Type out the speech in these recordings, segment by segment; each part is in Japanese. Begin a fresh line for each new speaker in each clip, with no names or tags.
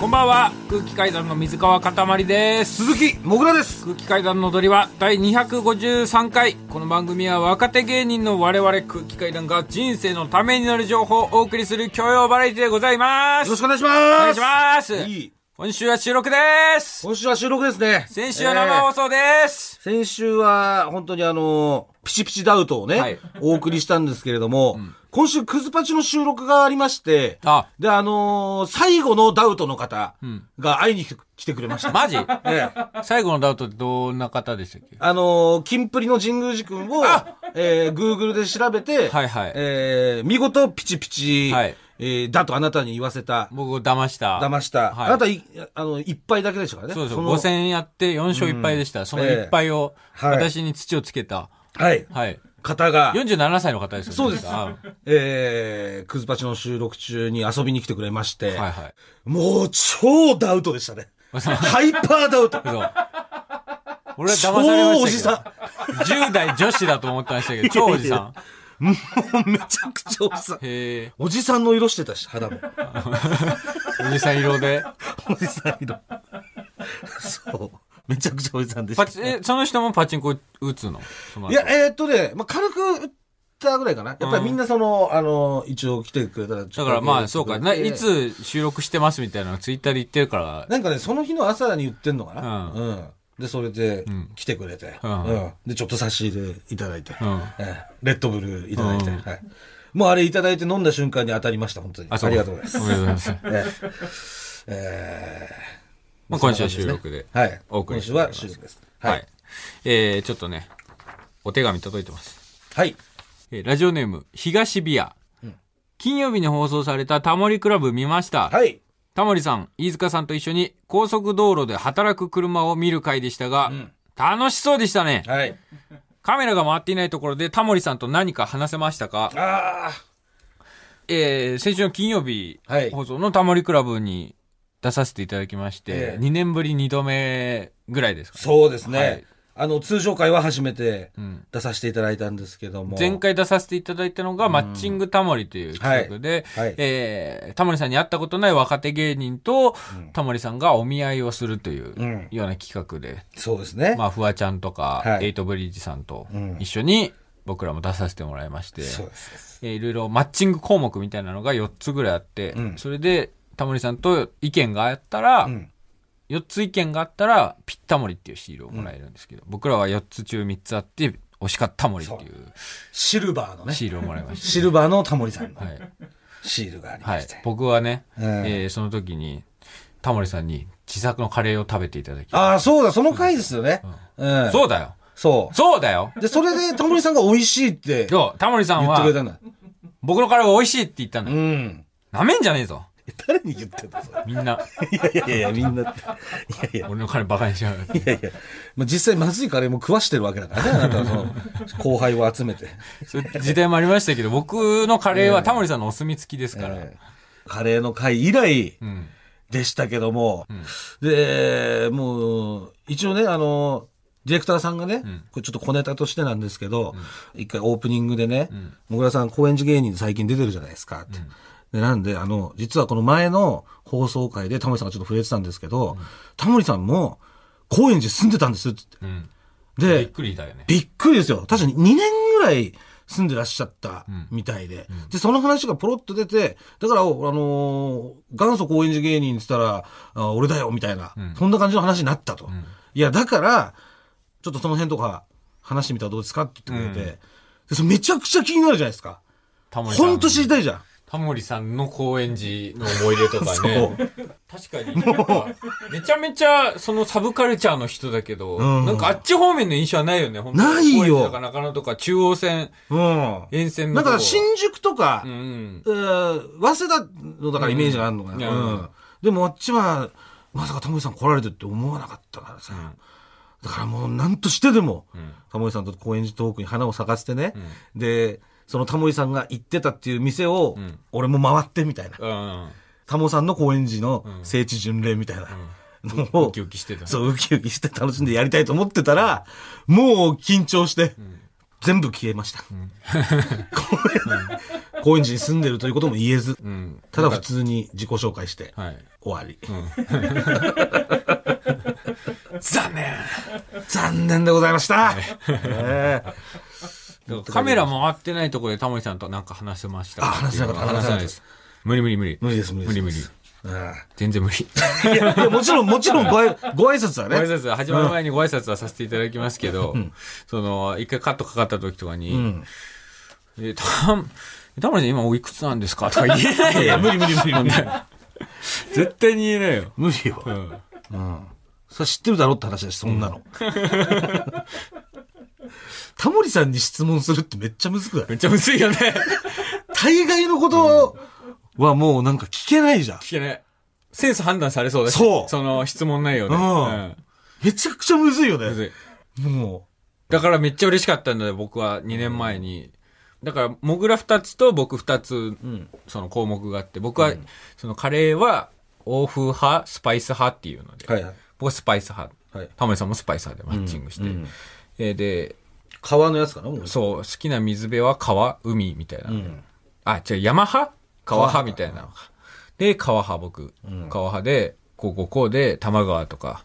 こんばんは空気階段の水川かたまりです
鈴木もぐらです
空気階段の踊りは第253回この番組は若手芸人の我々空気階段が人生のためになる情報をお送りする教養バラエティでございま
よ
す
ろしくお願いします
お願いします
いい
今週は収録です
今週は収録ですね
先週は生放
え
送です、
ー先週は本当にあのーピチピチダウトをね、
はい
お送りしたんですけれども、今週クズパチの収録がありまして
あ
であのー最後のダウトの方が会いに来て来てくれました、
マジ
ええ
最後のダウトってどんな方でしたっけ
あのー、キンプリの神宮寺くんを、えー、Google で調べて、
はいはい
えー、見事ピチピチ、
はい
えーだとあなたに言わせた、
僕を騙した
騙した。
はい
あなたい、あの、一杯だけでしたからね。
そうです
の
5戦やって4勝1敗でした、その
ええ
1敗を
はい
私に土をつけた、
はい。
はい
方が、
47歳の方ですよね
そうです
あ
えー、クズパチの収録中に遊びに来てくれまして、
はいはい
もう超ダウトでし たね。
そう
ハイパーダウト。
そう。俺は
超
騙されま
おじ
したけど
さ。
10代女子だと思ってましたけど、超おじさん。
ん。もうめちゃくちゃおじさん。
へえ、
おじさんの色してたし、肌も。
おじさん色で。
おじさん色。そう。めちゃくちゃおじさんでした
パ。チえ、その人もパチンコ打つのその後
いや、えーっとね、まあ、軽く打ったぐらいかな。やっぱりみんなその、あの、一応来てくれたら
だ
ちょっと
からまあ、そうか。な
えー
いつ収録してますみたいなのツイッターで言ってるから、
なんかね、その日の朝に言ってんのかな。
う
うん。で、それで、来てくれて、
う
うんん、で、ちょっと差し入れいただいて、
ん
ええレッドブルいただいて、
うん
はい。もうあれいただいて飲んだ瞬間に当たりました、本当に。あ
そう
りがとうございます。
おめでとうございます。
えええ
まあ、今週は収録で
え。はい。
お送り
今
して
週
おりま
は
す
終了です。は
はいい。。えー、ちょっとね、お手紙届いてます。
はい。
えーラジオネーム、東ビア。金曜日に放送されたタモリクラブ見ました。
はい。
タモリさん、飯塚さんと一緒に高速道路で働く車を見る回でしたが、楽しそうでしたね。
はい。
カメラが回っていないところでタモリさんと何か話せましたか
あ
えー、先週の金曜日
はい
放送のタモリクラブに出させていただきまして、
ええ
2年ぶり2度目ぐらいですか
あ、そうですね。
はい
あの、通常会は初めて
ん
出させていただいたんですけども。
前回出させていただいたのが、マッチングタモリという企画で、
はいはい
えータモリさんに会ったことない若手芸人と、タモリさんがお見合いをするという、
ん
ような企画で、
そうですね。
まあ、フワちゃんとか、
はい
エイトブリッジさんと
ん
一緒に僕らも出させてもらいまして、
そうです。
えーいろいろマッチング項目みたいなのが4つぐらいあって、
うん
それで、タモリさんと意見があったら、
うん。
4つ意見があったら、ぴったもりっていうシールをもらえるんですけど、僕らは4つ中3つあって、惜しかったもりっていう
シルバーのね。
シールをもらいまし
シルバーのタモリさん
た。は
の
い。
シールがあり
は
ま
い
して。、
僕はね、
うん
えーその時にタモリさんに自作のカレーを食べていただき
ああ、そうだ、その回ですよね。うん。
そうだよ
そ
そうだよ
う。で、それでタモリさんが美味しいって言
今日タモリさん
って
は
くれたんだ。
僕のカレーが美味しいって言ったんだ
う
よ
ん。
なめんじゃねえぞ
誰に言ってたそれ。
みんない
やいやいや、みんなって。いやいや。
俺のカレーバカにしやがって
いやいや、まあ、実際まずいカレーも食わしてるわけだからね、あなたはそ の、後輩を集めて。
そういう時代もありましたけど僕のカレーはタモリさんのお墨付きですから、
えーカレーの回以来
ん
でしたけども、で、もう、一応ね、あの、ディレクターさんがね、これちょっと小ネタとしてなんですけど、一回オープニングでね、もぐらさん、高円寺芸人で最近出てるじゃないですか、って。でなんで、あの、実はこの前の放送回でタモリさんがちょっと触れてたんですけど、タモリさんも高円寺住んでたんですって
う
言っ
ん
て。
びっ
で、
くりだよね
びっくりですよ。確かに2年ぐらい住んでらっしゃったみたいで。で、その話がポロッと出て、だから、おあのー元祖高円寺芸人って言ったら、あ俺だよ、みたいな、そんな感じの話になったと。いや、だから、ちょっとその辺とか話してみたらどうですかって言ってくれて、でそれめちゃくちゃ気になるじゃないですか。
タモリさ
ほん
ん
と知りたいじゃん。
タモリさんの高円寺の思い出とかね
そう
確かになんかめちゃめちゃそのサブカルチャーの人だけど、
うん
なんかあっち方面の印象はないよね本当に
ない
高
よ
円寺とか中野とか中央線
う
沿線
ん。
の
だ
と
か
こ
ら新宿とか、
うんうん
えー早稲田のだからイメージがあるのかな、
う
うんん
うん
でもあっちはまさかタモリさん来られてるって思わなかったからさ、だからもう何としてでも、タモリさんと高円寺トークに花を咲かせてね、でそのタモリさんが行ってたっていう店を、俺も回ってみたいな
うん
タモさんの高円寺の聖地巡礼みたいなのを、
ウキウキしてた
そうウキウキして楽しんでやりたいと思ってたら、もう緊張して、全部消えました。 高円寺に住んでるということも言えず、
うん。
ただ普通に自己紹介して
はい。
終わり。
残念
残念でございました。ええ
カメラ回ってないところでタモリさんとなんか話せました。
あ話せなかった
話せないです。無理無理無理。
無理です、無理
無
です。
理無理。
うん
全然無理。
いや、いやもちろん、もちろんごあい、ご挨拶はね。
ご挨拶は、始まる前にご挨拶はさせていただきますけど、その、一回カットかかった時とかに、えーたん、たまに今おいくつなんですかとか言えない
い
よ。
やいや、無理無理無理無理。
絶対に言えないよ。
無理よ。うん。それ知ってるだろうって話だし、そんなの。タモリさんに質問するってめっちゃむずくない
めっちゃむずいよね。
大概のことはもうなんか聞けないじゃん。
聞けない。センス判断されそうだし。
そう
その、質問内容で。
うん
うん
めちゃくちゃむずいよ
むず
ね。
い
も
だからめっちゃ嬉しかったんだよ、僕は2年前に。だから、モグラ2つと僕2つ、その項目があって、僕は、そのカレーは、欧風派、スパイス派っていうので、
う。はいはい。
僕はスパイス派、
はい
タモリさんもスパイス派でマッチングして、えーで、
川のやつかなもう。
そう、好きな水辺は川、海みたいな。あ、違う、山派川派みたいなのか。で、川派僕。川派で、こうこうこうで、多摩川とか、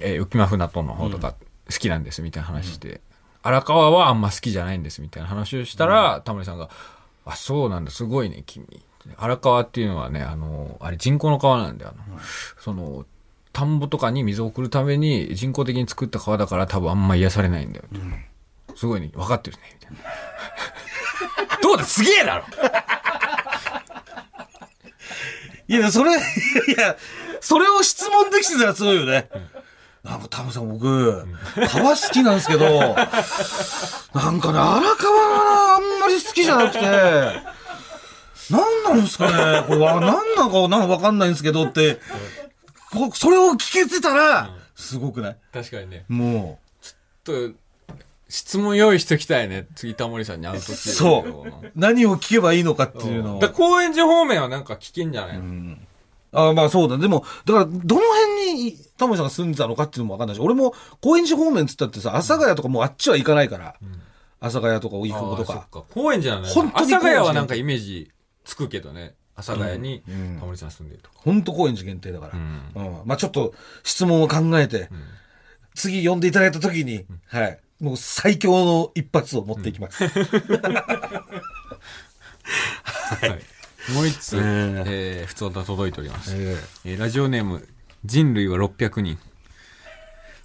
えー浮間船渡の方とか好きなんですみたいな話して、荒川はあんま好きじゃないんですみたいな話をしたら、タモリさんが、あ、そうなんだ、すごいね、君。荒川っていうのはね、あの、あれ人工の川なんだよ。あのその、田んぼとかに水を送るために人工的に作った川だから多分あんま癒されないんだよ。すごいね、分かってるね、みたいな。 どうだ、すげえだろ
いや、それ、いや、それを質問できてたらすごいよね。なんか、タモさん、僕、川好きなんですけど、 なんかね、荒川があんまり好きじゃなくて、なんなんですかね、これは、なんなんか、なんかわかんないんですけどって、こそれを聞けてたら、すごくない
確かにね。
も
と、質問用意しときたいね、次タモリさんに会うとき。
う、そう。何を聞けばいいのかっていうのを
だ。から高円寺方面はなんか聞けんじゃない、
あまあそうだ。でも、だから、どの辺にタモリさんが住んでたのかっていうのもわかんないし、俺も高円寺方面っつったってさ、阿佐ヶ谷とかもうあっちは行かないから、阿佐ヶ谷とか荻
あ
窪
ー
と
そ
か
っ。か。高円寺なんだ、ね。
本当に高円寺
阿佐ヶ谷はなんかイメージつくけどね。阿佐ヶ谷にタモリさん住んでるとか。
ほんと高円寺限定だから。
ん
うん。まあちょっと質問を考えて、次呼んでいただいた時に、はい。もう最強の一発を持っていきます。
はい。もう一つ、え
え
ー
ー
普通が届いております。
え
えーラジオネーム、人類は600人。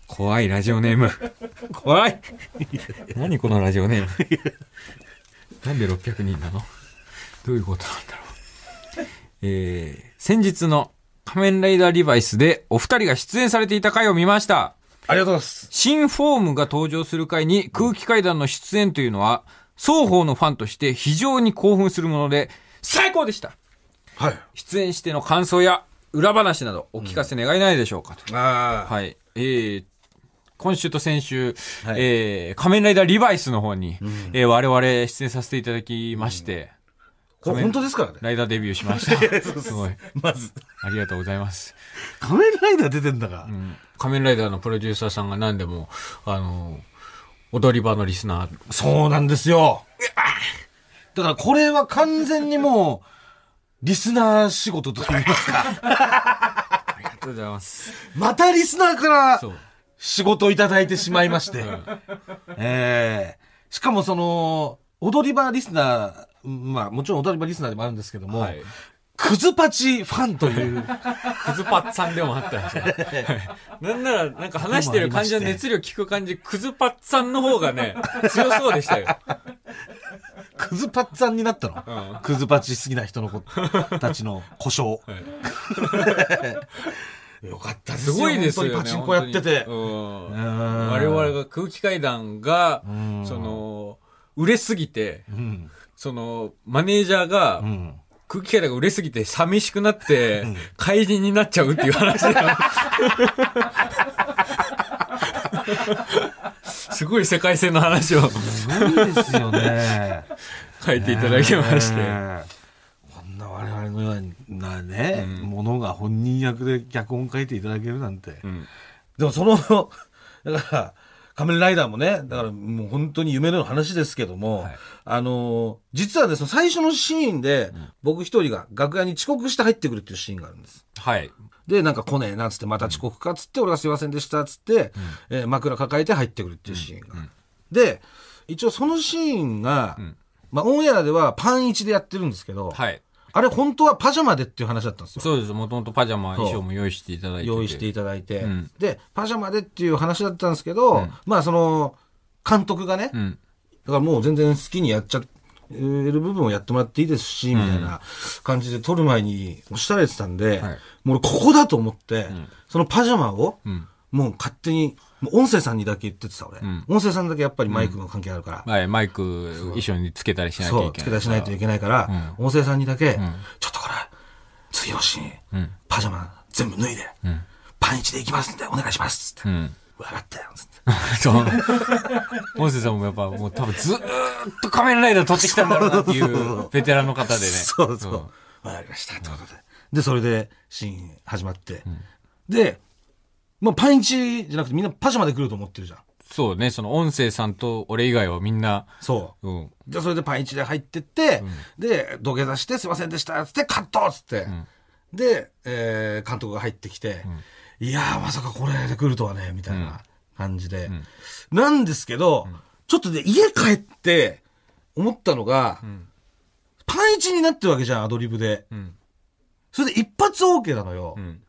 怖いラジオネーム。怖い何このラジオネーム。なんで600人なのどういうことなんだろう。えー先日の仮面ライダーリバイスでお二人が出演されていた回を見ました。
ありがとうございます。
新フォームが登場する回に空気階段の出演というのは、双方のファンとして非常に興奮するもので、最高でした
はい。
出演しての感想や裏話などお聞かせ願えないでしょうかと。
ああ。
はい。えー今週と先週、
はい
えー仮面ライダーリバイスの方に、えー我々出演させていただきまして、
これ本当ですからね。
ライダーデビューしました。す ごい。
まず、
ありがとうございます。
仮面ライダー出てんだから。
仮面ライダーのプロデューサーさんが何でも、あの、踊り場のリスナー、
そうなんですよ。だからこれは完全にもう、リスナー仕事と言いますか。
ありがとうござい ます。
またリスナーか
そう
ら。仕事をいただいてしまいまして。ええしかもその、踊り場リスナー、まあもちろん踊り場リスナーでもあるんですけども、
はい
クズパチファンという、
クズパッさんでもあったん ですよ。はいなんなら、なんか話してる感じの熱量聞く感じ、クズパッさんの方がね、強そうでしたよ。
クズパッツァンになったの。
うん
クズパチ好きな人の子たちの故障。 よかったです
す
よ。
ごいですよね。
本当にパチンコやってて。
本当にうん
うん
我々が空気階段が
ん、
その、売れすぎて、
うん。
その、マネージャーが
う、ん。
空気階段が売れすぎて寂しくなって、怪人になっちゃうっていう話だ よすごい世界線の話を
すごいですよね。
書いていただきまして。
ねえこんな我々のようなね、ものが本人役で脚本書いていただけるなんて。
うん
でもその、だから、仮面ライダーもね、だからもう本当に夢の話ですけども、
はい
あのー実はね、その最初のシーンで、僕一人が楽屋に遅刻して入ってくるっていうシーンがあるんです。
はい。
で、なんか来ねえなっつって、また遅刻かっつって、俺がすいませんでしたっつって、えー枕抱えて入ってくるっていうシーンが。で、一応そのシーンが、
ん
まあオンエアではパン1でやってるんですけど、
はい。
あれ本当はパジャマでっていう話だったんですよ。
そうです。もともとパジャマ衣装も用意していただいてて。
用意していただいて、
うん
で、パジャマでっていう話だったんですけど、まあその、監督がね、
う
だ
ん。
からもう全然好きにやっちゃえる部分をやってもらっていいですし、みたいな感じで撮る前におっしゃられてたんで、
はい
もう俺ここだと思って、そのパジャマを、
うん。
もう勝手に、もう音声さんにだけ言っててた俺、
ん
音声さんだけやっぱりマイクの関係あるから、
はい、マイク衣装につけたりしなきゃいけな
そ
い。
う、付け出しないといけないから、音声さんにだけ、ちょっとこれ、次のシーン、
ん
パジャマ全部脱いで、パンイチで行きますんで、お願いします、つって。
うん。
分かったよ、つって。
そう。モンセさんもやっぱもう多分ずーっと仮面ライダー撮ってきたんだろうなっていうベテランの方でね。
そうそう。わ、かりました、ってことで。で、それで、シーン始まって。で、まあ、パンイチじゃなくてみんなパジャマで来ると思ってるじゃん。
そうね、その音声さんと俺以外はみんな、
そう。
うん。
で、それでパンイチで入ってって、で、土下座して、すいませんでした、つって、カットっつって。で、えー監督が入ってきて、いやー、まさかこれで来るとはね、みたいな感じで。なんですけど、ちょっとで、家帰って、思ったのが、パンイチになってるわけじゃん、アドリブで。
ん
それで一発 OK なのよ。
ん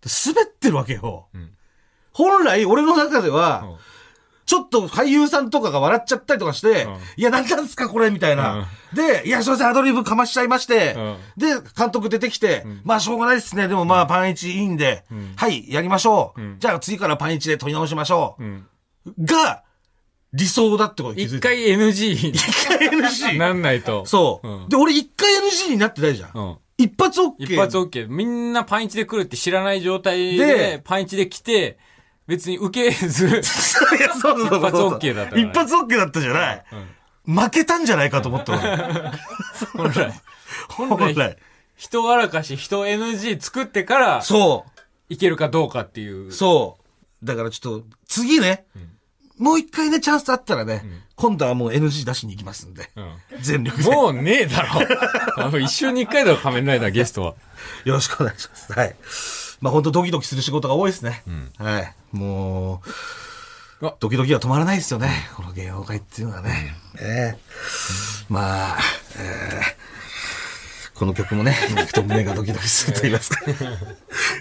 で滑ってるわけよ。
ん
本来、俺の中では、
うん
ちょっと俳優さんとかが笑っちゃったりとかして、
ん
いや、何なんですかこれみたいな。で、いや、すいません、アドリブかましちゃいまして、で、監督出てきて、まあ、しょうがないですね。でもまあ、パンイチいいんで、はい、やりましょう。じゃあ、次からパンイチで撮り直しましょう。が、理想だってことに気
一
づいた。
回 NG
一回 NG
に なんないと。
そう、
うん
で、俺一回 NG になってないじゃん。
うん。
一発 OK。
一発 OK。みんなパンイチで来るって知らない状態で、
で
パンイチで来て、別に受けず、
いやそうそうそうそう
一発 OK だったからね
一発 OK だったじゃない。負けたんじゃないかと思ったの。
本来、
本来。
人笑かし、人 NG 作ってから、
そ
いけるかどうかっていう
う。。そう。だからちょっと、次ね、もう一回ね、チャンスあったらね、今度はもう NG 出しに行きますんで。
うん
全力で。
もうねえだろ。あの一週に一回だろ、仮面ライダーゲストは。
よろしくお願いします。はい。まあ本当ドキドキする仕事が多いですね。はい。もう
あ、
ドキドキは止まらないですよね。この芸能界っていうのはね。ねえまあ、えーこの曲もね、聞くと胸がドキドキすると言います か。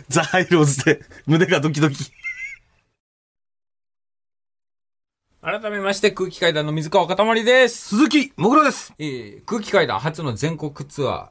ザ・ハイローズで胸がドキドキ。
改めまして、空気階段の水川かたまりです。
鈴木もぐらです。
えー空気階段初の全国ツアー、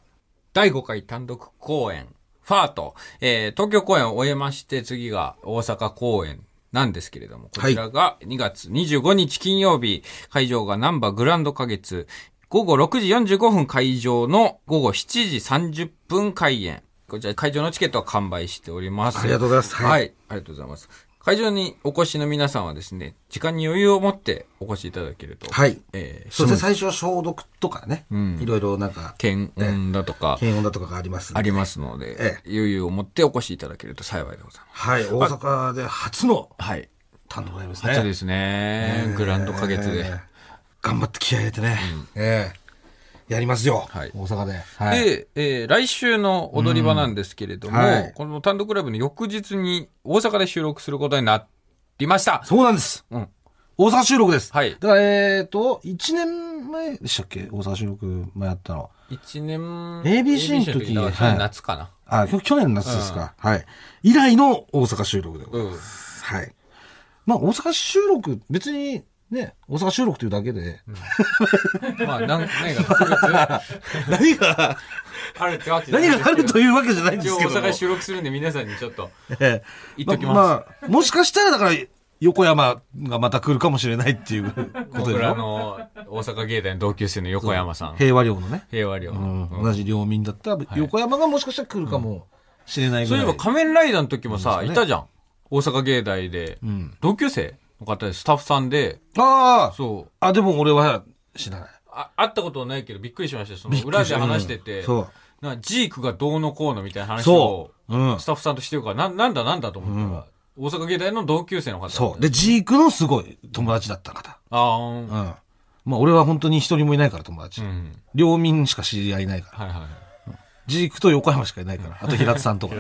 第5回単独公演、ファート、えー東京公演を終えまして、次が大阪公演なんですけれども、こちらが2月25日金曜日、会場が南波グランド花月、午後6時45分会場の午後7時30分開演。こちら会場のチケットは完売しております。
ありがとうございます
は
はいい。
ありがとうございます。会場にお越しの皆さんはですね、時間に余裕を持ってお越しいただけると。
はい。
えー
そして最初は消毒とかね、いろいろなんか、
検温だとか、
検温だとかがありますんで
ありますので、
え
余裕を持ってお越しいただけると幸いでございます。
はい。大阪で初の
はい。
単独ライブですね。
初ですね。グランド花月で。
えー頑張って気合い入れてね、ええやりますよ、
はい
大阪で、はい
で、えー来週の踊り場なんですけれども、
うんはい
この単独ライブの翌日に大阪で収録することになりました。
そうなんです、
うん
大阪収録です、
はい
だからえっ、と1年前でしたっけ大阪収録前やったの
1年
ABC の時
だか
は
ら
い
夏かな。
あ去去年の夏ですか、はい以来の大阪収録でございます、
うん
はいまあ大阪収録別にね大阪収録というだけで、
まあ、なん 何が特別
何が
あるってわけじゃな
何
い
があると
う。
いうわけじゃないんで
一応
すけ
大
ども
阪で収録するんで皆さんにちょっと。
ええ
言っときます
あ、もしかしたら、だから、横山がまた来るかもしれないっていうこと
僕
でし
ら
ょ
の大阪芸大の同級生の横山さん。
平和寮のね、
平和寮の。
うん同じ領民だったら、横山がもしかしたら来るかもしれないぐ
そう
ら
い
い。
えば仮面ライダーの時も
そ
さ、
うです
い
ね
たじゃん。大阪芸大で、
ん
同級生の方でスタッフさんで、
あ
そう、
あ、あ、でも俺は知らない。
あ会ったことはないけどびっくりしましたよそ
び
の
っくり
裏
し
で
た
話してて、
そう
なんかジークがどうのこうのみたいな話を
そう。うん
ス。タッフさんとしてるから、ななんだなんだと思ったら、大阪芸大の同級生の方。
そう。で、ジークのすごい友達だった方。
ああ、
うん。まあ、俺は本当に一人もいないから友達。
うん。
両民しか知り合いないから。
はいは
ジークと横山しかいないから。あと平田さんとか。
い。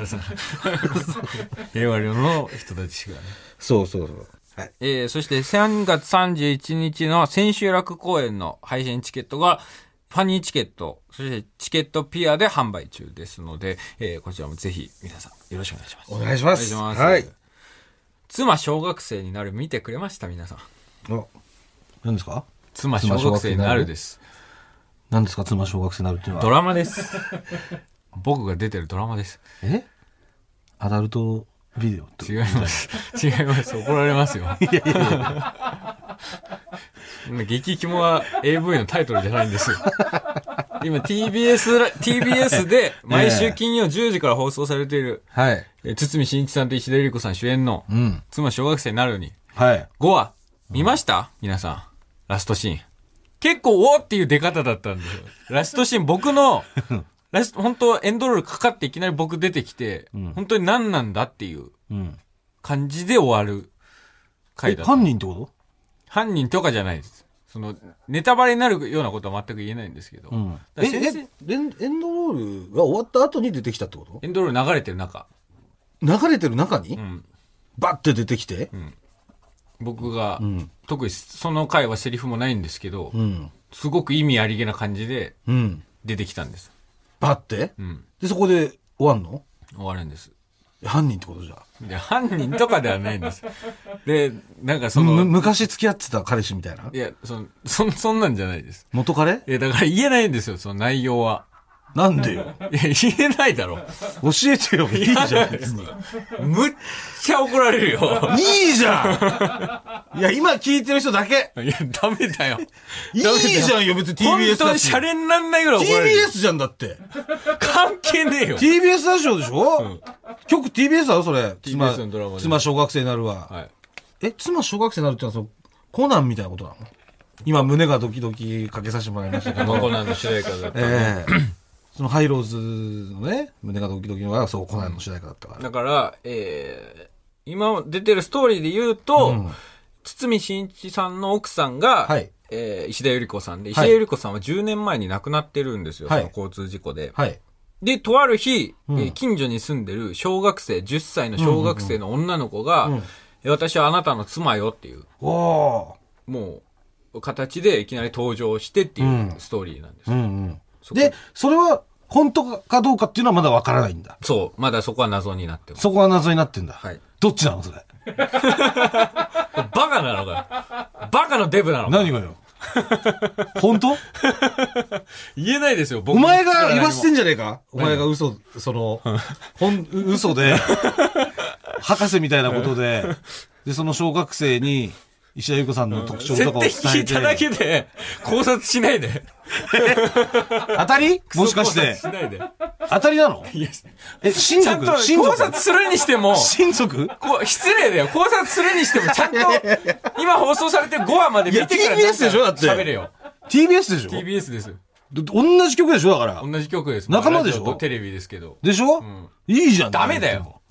平和寮の人たちがね。
そうそうそう。はい。
えー、そして3月31日の千秋楽公演の配信チケットが、ファニーチケット、そしてチケットピアで販売中ですので、えー、こちらもぜひ皆さんよろしくお願いします。
お願いします
お願いします。
はい。
妻小学生になる見てくれました皆さん。
あ、何ですか
妻小学生になるです。
何ですか妻小学生になるっていうの
ド
は。
ラマです。僕が出てるドラマです。
えアダルトビデオって。
違います。違います。怒られますよ。激キモは AV のタイトルじゃないんですよ。今 TBS ら、TBS で毎週金曜10時から放送されている、
はい。
えー堤真一さんと石田ゆり子さん主演の、
うん。
妻小学生になるに、
はい。
5話、見ました、皆さん。ラストシーン。結構、おーっていう出方だったんですよ。ラストシーン、僕の、ラスト、本当エンドロールかかっていきなり僕出てきて、本当に何なんだっていう
うん。
感じで終わる回
え、
だった。
犯人ってこ
犯人とかじゃないです。その、ネタバレになるようなことは全く言えないんですけど。
とうん。
だ
え、
から
え
先生、
エンエンドロールが終わった後に出てきたってこと
エンドロール流れてる中、
流れてる中に
ん
バッて出てきて
僕が、
ん
特にその回はセリフもないんですけど、
うん。
すごく意味ありげな感じで
うん。
出てきたんです。
バッて
うん。
で、そこで終わんの
終わるんです。
犯人ってことじゃ。
で、犯人とかではないんです。で、なんかそ
む
の、
昔付き合ってた彼氏みたいない
や、その、そん、そんなんじゃないです。
元彼
いや、だから言えないんですよ、その内容は。
なんでよ。
いや、言えないだろ。
教えてよ。いいじゃん、別に。
むっちゃ怒られるよ。
いいじゃんいや、今聞いてる人だけ。
いや、ダメだよ。
いいじゃんよ、別に TBS
本当
だ
に
し
シ。ャレになんないぐらい怒られるよ。
TBS じゃんだって。
関係ねえよ。
TBS ラジオでしょ、曲 TBS だろ、それ。妻
TBS のドラマで
妻小学生になるわ。
はい。
え、妻小学生になるってのは、その、コナンみたいなことなの今、胸がドキドキかけさせてもらいました け
コ
ど。
ナンの主題歌だった。
ええそのハイローズのね、胸がドキドキのは、そう、コナンの主題歌だったから。
だから、えー、今出てるストーリーで言うと、
うん
堤真一さんの奥さんが、
はい
えー石田ゆり子さんで、石
は
田
い
ゆり子さんは10年前に亡くなってるんですよ、
はい
その交通事故で。
はい。
で、とある日、
ん
えー近所に住んでる小学生、10歳の小学生の女の子が、
うん
えー私はあなたの妻よっていう、
おお
もう、形でいきなり登場してっていううんストーリーなんです。
ー。うんうん。
そこ
で、それは、本当かどうかっていうのはまだわからないんだ。
そう、まだそこは謎になってます。
そこは謎になってんだ。
はい。
どっちなのそれ。
バカなのか よ。バカのデブなのか。
何がよ。本当
言えないですよ、僕
お
も
前が言わしてんじゃねえかお前が嘘、その、ほん、う嘘で、博士みたいなこ とで、で、その小学生に、石田ゆり子さんの特徴とかを伝
絶対聞
え
い
て、
ただけで考察しないで。
当たり もしかして
考、察しないで。
当たりなの
いや
え、親
ちゃんと
族親
考
族
察するにしても、
親族
こう失礼だよ。考察するにしても、ちゃんと、今放送されてる5話まで見てから
いや TBS でしょだって
喋れよ。
?TBS でし
TBS です。
ょど同じ曲でしょだから。
同じ曲です。
仲間でしょ
ラジオとテレビですけど。
でしょ
ん
いいじゃん。
ダメだよ。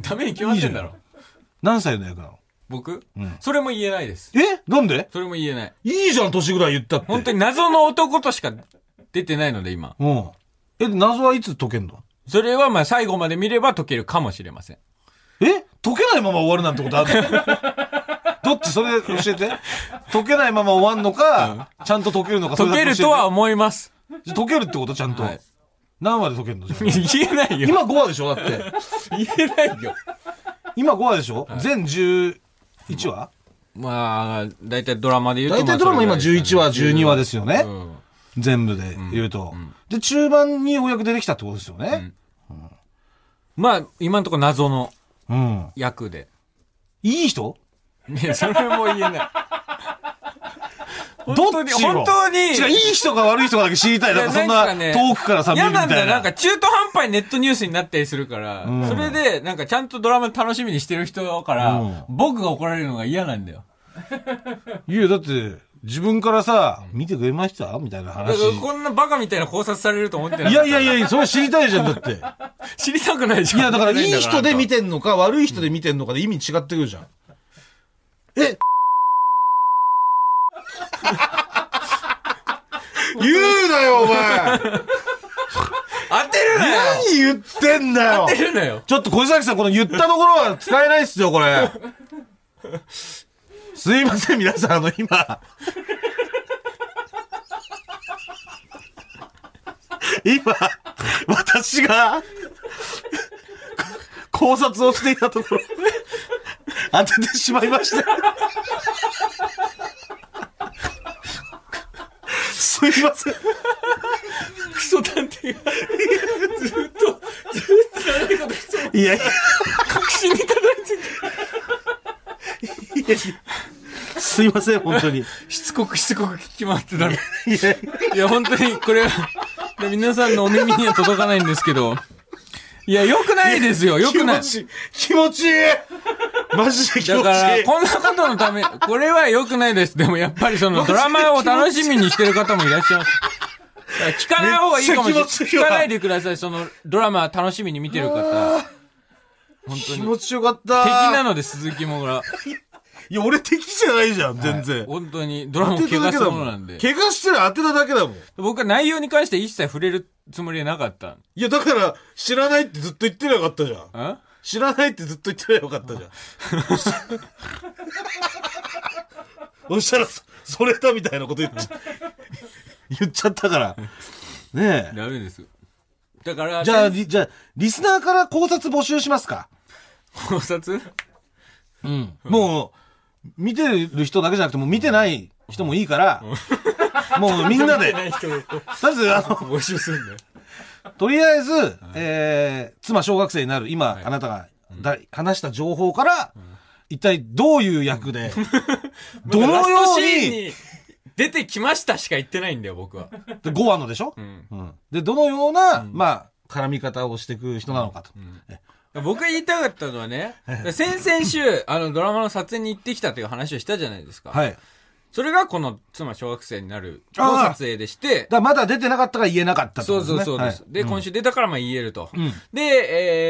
ダメに決まってんだろ。
何歳の役なの
僕
ん
それも言えないです。
えなんで
それも言えない。
いいじゃん、年ぐらい言ったって。
本当に謎の男としか出てないので、今。
うん。え、謎はいつ解けんの
それはまあ最後まで見れば解けるかもしれません。
え解けないまま終わるなんてことあるの どっちそれ教えて。解けないまま終わんのか、ちゃんと解けるのか、そ
解
れ
け
だ教え
る
て
とは。思います。
じゃ解けるってことちゃんと。
はい
何話で解けるのじゃあ
言えないよ。
今5話でしょだって。
言えないよ。
今5話でしょ、全11話
まあ、大体ドラマで言うと。
大体ドラマ今
まあそれぐらいですかね
11話、12話ですよね。
うん
全部で言うと、で、中盤にようやく出てきたってことですよね。
まあ、今のところ謎の
うん。
役で。
いい人
い や、それも言えない。
どっ
当に
ちを
本当に
違う、いい人か悪い人かだけ知りたい。なんかそん
いやな
な、
んかね
遠くからさ、見る
嫌
みた
ないんだ
な。
よ。なんか中途半端にネットニュースになったりするから、
ん
それで、なんかちゃんとドラマ楽しみにしてる人から、
うん
僕が怒られるのが嫌なんだよ。
いや、だって、自分からさ、見てくれましたみたいな
だ
話。
からこんなバカみたいな考察されると思ってない
いやいやいやいや、それ知りた いじゃん、だって。
知りたくないじゃん
いや、だから、いい人で見
て
てんのか、悪い人で見てんのかで意味違ってくるじゃん。え言うなよ、お前
当てるなよ
何言ってんだよ
当てるなよ
ちょっと小崎さん、この言ったところは使えないっすよ、これ。すいません、皆さん、あの、今。今、私が、考察をしていたところ、当ててしまいました。すいません。
クソ探偵がずっとずっと何かとして
いやいや。
確信にたどり着いて
いやいやすいません、本当に。い
しつこくしつこく聞き回ってたの
や
いや、本当に、これは、皆さんのお耳には届かないんですけど、いや、良くないですよ、良くない。
気持ちいい。気持ちいい。マジで気持
だ
ち
から、
いい。
こんなことのため、これは良くないです。でも、やっぱりその、ドラマを楽しみにしてる方もいらっしゃいます。だから聞かない方がいいかもしれ
め
な
っ
い。
ちゃ気持ちいい
聞
わ
かないでください、その、ドラマ楽しみに見てる方。本当
気
に。
持ちよかった。
敵なので、鈴木もが。
いや、俺敵じゃないじゃん、全然。
本当に、ドラマを
当て
怪我す
ただけ
る
だ
も
も
の
ん。
なんで。
怪我してる当てただけだもん。い
僕は内容に関して一切触れるつもりはなかった。
や、だから、知らないってずっと言ってりゃよかったじゃん。
ん
知らないってずっと言ってりゃよかったじゃん。そしたら、そそれだみたいなこと言っちゃ、言っちゃったから。ねえ。
ダメです。だから、
じゃあ、りじゃあ、リスナーから考察募集しますか。
考察
うん。もう、見てる人だけじゃなくて、もう見てない人もいいから、もうみん なで、
い人を
まず、あの、
募集す るんだよ。
とりあえず、えー、妻小学生になる、今、あなたがだ、話した情報から、一体どういう役で、 ど
ラ
の
スト
よ
シーン
う
に出てきましたしか言ってないんだよ、僕は。
に、5話のでしょ、
ん
うんで、どのような、まあ、絡み方をしていく人なのかと。え
僕が言いたかったのはね、先々週、あの、ドラマの撮影に行ってきたという話をしたじゃないですか。
はい。だか
それがこの妻小学生になる
あ
の
ー
撮影でして、
らまだ出てなかったから言えなかったって
そ
こ
う
と
そうそうです。で、今週出たからまあ言えると。で、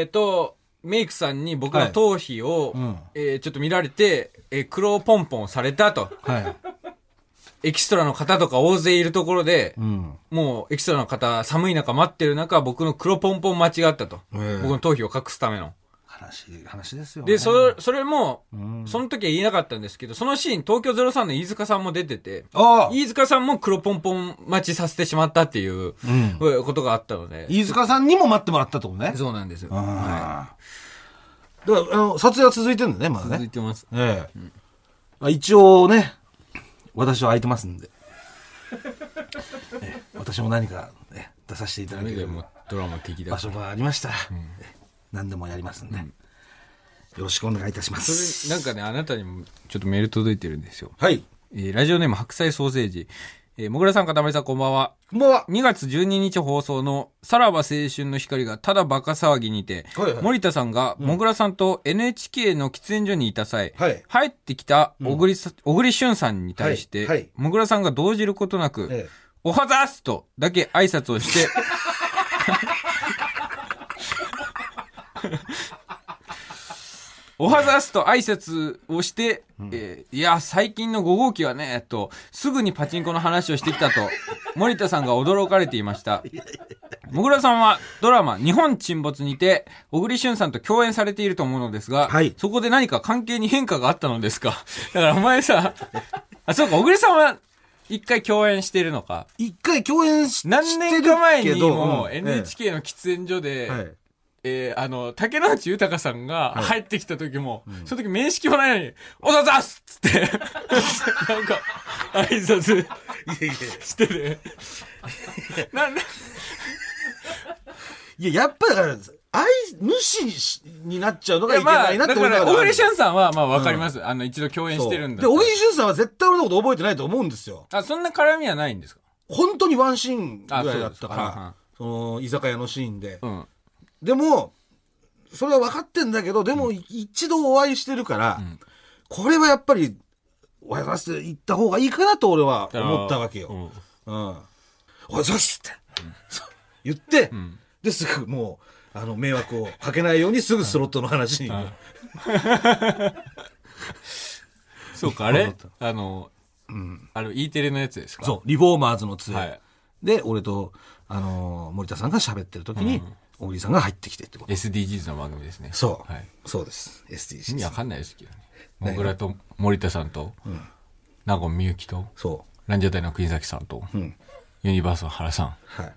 えっと、メイクさんに僕の頭皮を
はいうん、
えーちょっと見られて、えー黒ポンポンされたと。
はい。はい。
エキストラの方とか大勢いるところで、
うん。
もうエキストラの方、寒い中待ってる中、僕の黒ポンポン間違ったと。
ええ
僕の頭皮を隠すための。
悲しい話ですよ、ね。
で、そ
れ、
れ、それも、その時は言えなかったんですけど、そのシーン、東京03の飯塚さんも出てて、
ああ、
飯塚さんも黒ポンポン待ちさせてしまったっていう、
うん
ことがあったので。
飯塚さんにも待ってもらったってことね。
そうなんですよ。は
ああ。だから、あの、撮影は続いてるんだね、ま
い。
だ
続い
ね。
てます。
ええ。まあ一応ね、私は空いてますんで。ええ私も何か、ね、出させていただ
ダ
け
メだ
る
よ、もうドラマ的だ
場
から。
所がありましたら、ええ何でもやりますんで、よろしくお願いいたしま
そ
す。
れ、なんかね、あなたにもちょっとメール届いてるんですよ。
はい。
えーラジオネーム白菜ソーセージ。えー、もぐらさん、かたまりさん、こんばんは。
こんばんは。
2月12日放送の「さらば青春の光」がただバカ騒ぎにて、
はいはい
森田さんがもぐらさんと NHK の喫煙所にいた際、
はい
入ってきた小栗さ小栗旬さんに対して、
はいはい
もぐらさんが動じることなく「
ええ
おはざーす!」とだけ挨拶をしておはざーすと挨拶をして、えーいや、最近の5号機はね、と、すぐにパチンコの話をしてきたと、森田さんが驚かれていました。もぐらさんはドラマ、日本沈没にて、小栗旬さんと共演されていると思うのですが、
はい
そこで何か関係に変化があったのですか だからお前さ、あ、そうか、小栗さんは一回共演してるのか。
一回共演し
何年か前にもう
してるけどうん
NHK の喫煙所で、
ええはい
えーあの、竹野内豊さんが入ってきた時も、その時面識もないのに、おざざっすっつ って、なんか、挨拶してて、なんだ、
いや、やっぱだから、愛、主しになっちゃうのがいけ
ま
な
あ、
いなっ
だ
て
から、
俺の
小
中である
栗旬さんは、まあ、わかります。あの、一度共演してるんだ。
で、小栗旬さんは絶対俺のこと覚えてないと思うんですよ。
あ、そんな絡みはないんですか
本当にワンシーンぐらいだ
あ
ったか、
そうですから
その、居酒屋のシーンで。
うん。
でも、それは分かってんだけど、でも、一度お会いしてるから、これはやっぱり、おはようございますって言った方がいいかなと俺は思ったわけよ。
うん
うん。おはようございますって、 そう言って、ですぐもう、あの、迷惑をかけないようにすぐスロットの話に。
そうか、あれあの、あれ、E テレのやつですか
そう、リフォーマーズの杖。
はい
で、俺と、あのー森田さんが喋ってる時に、大喜利さんが入ってきてってこと。
SDGs の番組ですね。
そう、
はい。
そうです。
意味
SDGs
わ。かんないですけどね。もぐらと森田さんと、納言みゆきと、
そ
ランジャタイの国崎さんと、
う。うん。
ユニバースの原さん、
はい。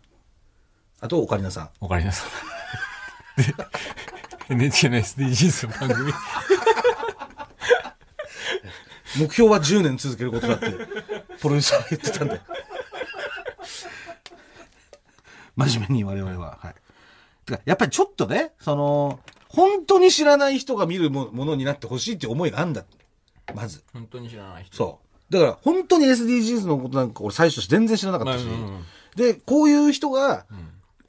あと、オカリナさん。
オカリナさん。で NHK の SDGs の番組。
目標は10年続けることだって、プロデューサーが言ってたんだよ。真面目に我々は。はい。てか、やっぱりちょっとね、その、本当に知らない人が見るもものになってほしいっていう思いがあんだ。まず。
本当に知らない人。
そう。だから、本当に SDGs のことなんか俺最初全然知らなかったし。
まあうんうんうん
で、こういう人が、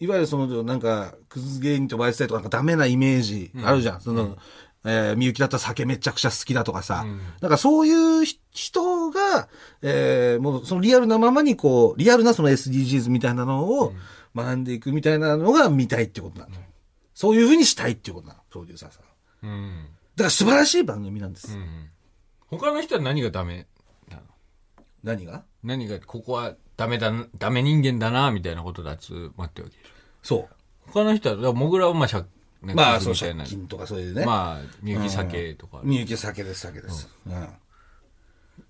いわゆるその、なんか、クズ芸人とバイスタイとかなんかダメなイメージあるじゃん。その、えーみゆきだったら酒めちゃくちゃ好きだとかさ。なんかそういうひ人が、えーもうそのリアルなままにこう、リアルなその SDGs みたいなのを学んでいくみたいなのが見たいってことなの。そういうふうにしたいってことなの、プロデューサーさん。だ
うん。
から素晴らしい番組なんです。
うん。他の人は何がダメなの
何が
何が、ここはダメだな、ダメ人間だな、みたいなことだつ、待ってるわけでしょ。
そう。
他の人は、だからモグラはまあ、しゃ、なんか
まあ、
ク
そ
ズみ
う、
たい
借
な。
金とかそういうね。
まあ、みゆき酒とか。
みゆき酒です、酒です。うん